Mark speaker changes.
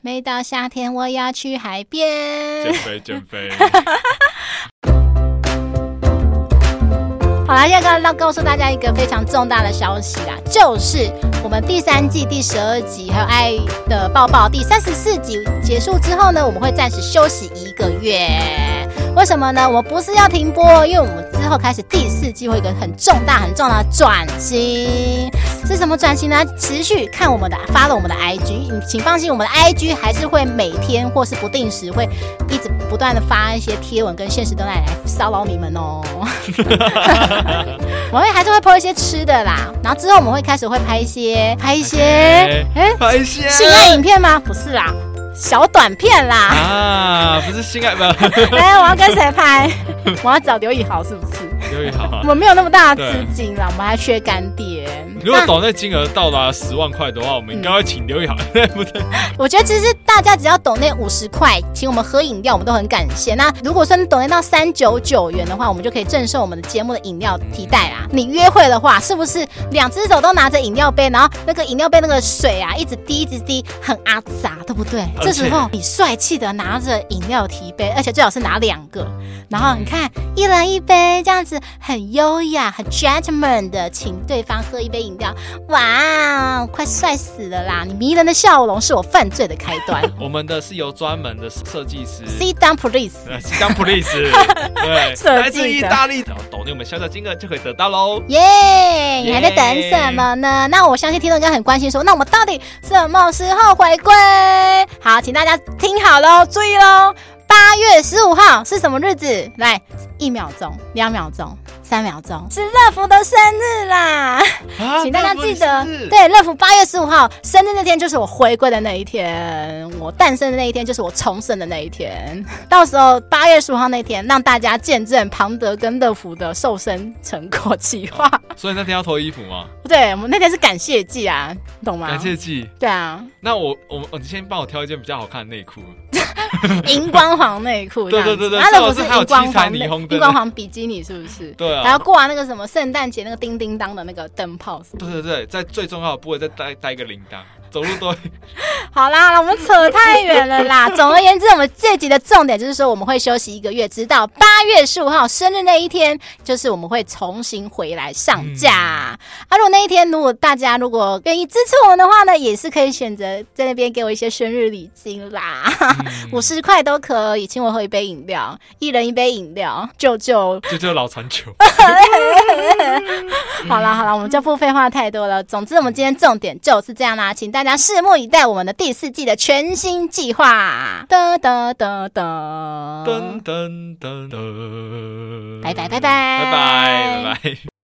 Speaker 1: 每到夏天我要去海 边
Speaker 2: 减。肥减肥，
Speaker 1: 好啦，要告要告诉大家一个非常重大的消息啦，就是我们第三季第十二集还有《爱的抱抱》第三十四集结束之后呢，我们会暂时休息一个月。为什么呢？我们不是要停播，因为我们之后开始第四季会有一个很重大、很重大的转型。是什么转型呢？持续看我们的发了我们的 IG，嗯请放心，我们的 IG 还是会每天或是不定时会一直不断的发一些贴文跟现实动态来骚扰你们哦。我会还是会 po 一些吃的啦，然后之后我们会开始会拍一些拍一些哎
Speaker 2: OK、海鲜
Speaker 1: 性爱影片吗？不是啦，小短片啦。
Speaker 2: 啊，不是性爱吧？
Speaker 1: 哎、我要跟谁拍？我要找刘以豪是不是？
Speaker 2: 刘宇豪
Speaker 1: 我
Speaker 2: 啊，
Speaker 1: 们没有那么大的资金啦，我们还缺干爹。
Speaker 2: 如果抖内金额到达十万块的话，我们应该会请刘宇豪，不对？
Speaker 1: 我觉得其实大家只要抖那五十块，请我们喝饮料，我们都很感谢。那如果说你抖那到三九九元的话，我们就可以赠送我们的节目的饮料替代啦。你约会的话，是不是两只手都拿着饮料杯，然后那个饮料杯那个水啊，一直滴一直滴，很阿杂，对不对？
Speaker 2: 而且
Speaker 1: 这时候你帅气的拿着饮料提杯，而且最好是拿两个，然后你看一人一杯，这样子很优雅、很 gentleman 的请对方喝一杯饮料，哇，快帅死了啦！你迷人的笑容是我犯罪的开 端。
Speaker 2: 我们的是由专门的设计师。
Speaker 1: C down please。
Speaker 2: 呃，当 police，
Speaker 1: 设计
Speaker 2: 对，
Speaker 1: 的
Speaker 2: 来自意大利，然后抖内我们小小金额就可以得到喽。
Speaker 1: 耶你还在等什么呢？那我相信听众应该很关心说，那我们到底什么时候回归？好，请大家听好喽，注意喽。八月十五号是什么日子？来，一秒钟，两秒钟，三秒钟，是乐福的生日啦！
Speaker 2: 啊
Speaker 1: 请大家记
Speaker 2: 那
Speaker 1: 得
Speaker 2: 不是，
Speaker 1: 对，乐福八月十五号生日那天就是我回归的那一天，我诞生的那一天就是我重生的那一天。到时候八月十五号那天，让大家见证庞德跟乐福的瘦身成果计划。
Speaker 2: 所以那天要脱衣服吗？
Speaker 1: 对，我们那天是感谢季啊，你懂吗？
Speaker 2: 感谢季。
Speaker 1: 对啊，
Speaker 2: 那我我我你先帮我挑一件比较好看的内裤，
Speaker 1: 荧光黄内裤这样子，
Speaker 2: 对对对对
Speaker 1: 啊那不
Speaker 2: 最好是还有
Speaker 1: 荧光
Speaker 2: 七彩
Speaker 1: 黄
Speaker 2: 霓
Speaker 1: 内
Speaker 2: 虹灯
Speaker 1: 荧光黄比基尼是不是？
Speaker 2: 对
Speaker 1: 还要
Speaker 2: 啊，
Speaker 1: 挂那个什么圣诞节那个叮叮当的那个灯泡。
Speaker 2: 对对对，在最重要的部位再带带一个铃铛，走路 都会
Speaker 1: 好啦，好啦我们扯太远了啦。总而言之，我们这集的重点就是说，我们会休息一个月，直到八月十五号生日那一天，就是我们会重新回来上架。啊，如果那一天如果大家如果愿意支持我们的话呢，也是可以选择在那边给我一些生日礼金啦。
Speaker 2: 嗯
Speaker 1: 五十块都可以，请我喝一杯饮料，一人一杯饮料，救救！
Speaker 2: 嗯就叫老残球。
Speaker 1: 好啦好啦，我们就不废话太多了。总之，我们今天重点就是这样啦，请大家拭目以待我们的第四季的全新计划。噔噔噔噔，
Speaker 2: 噔噔噔噔，
Speaker 1: 拜拜拜拜
Speaker 2: 拜拜拜拜。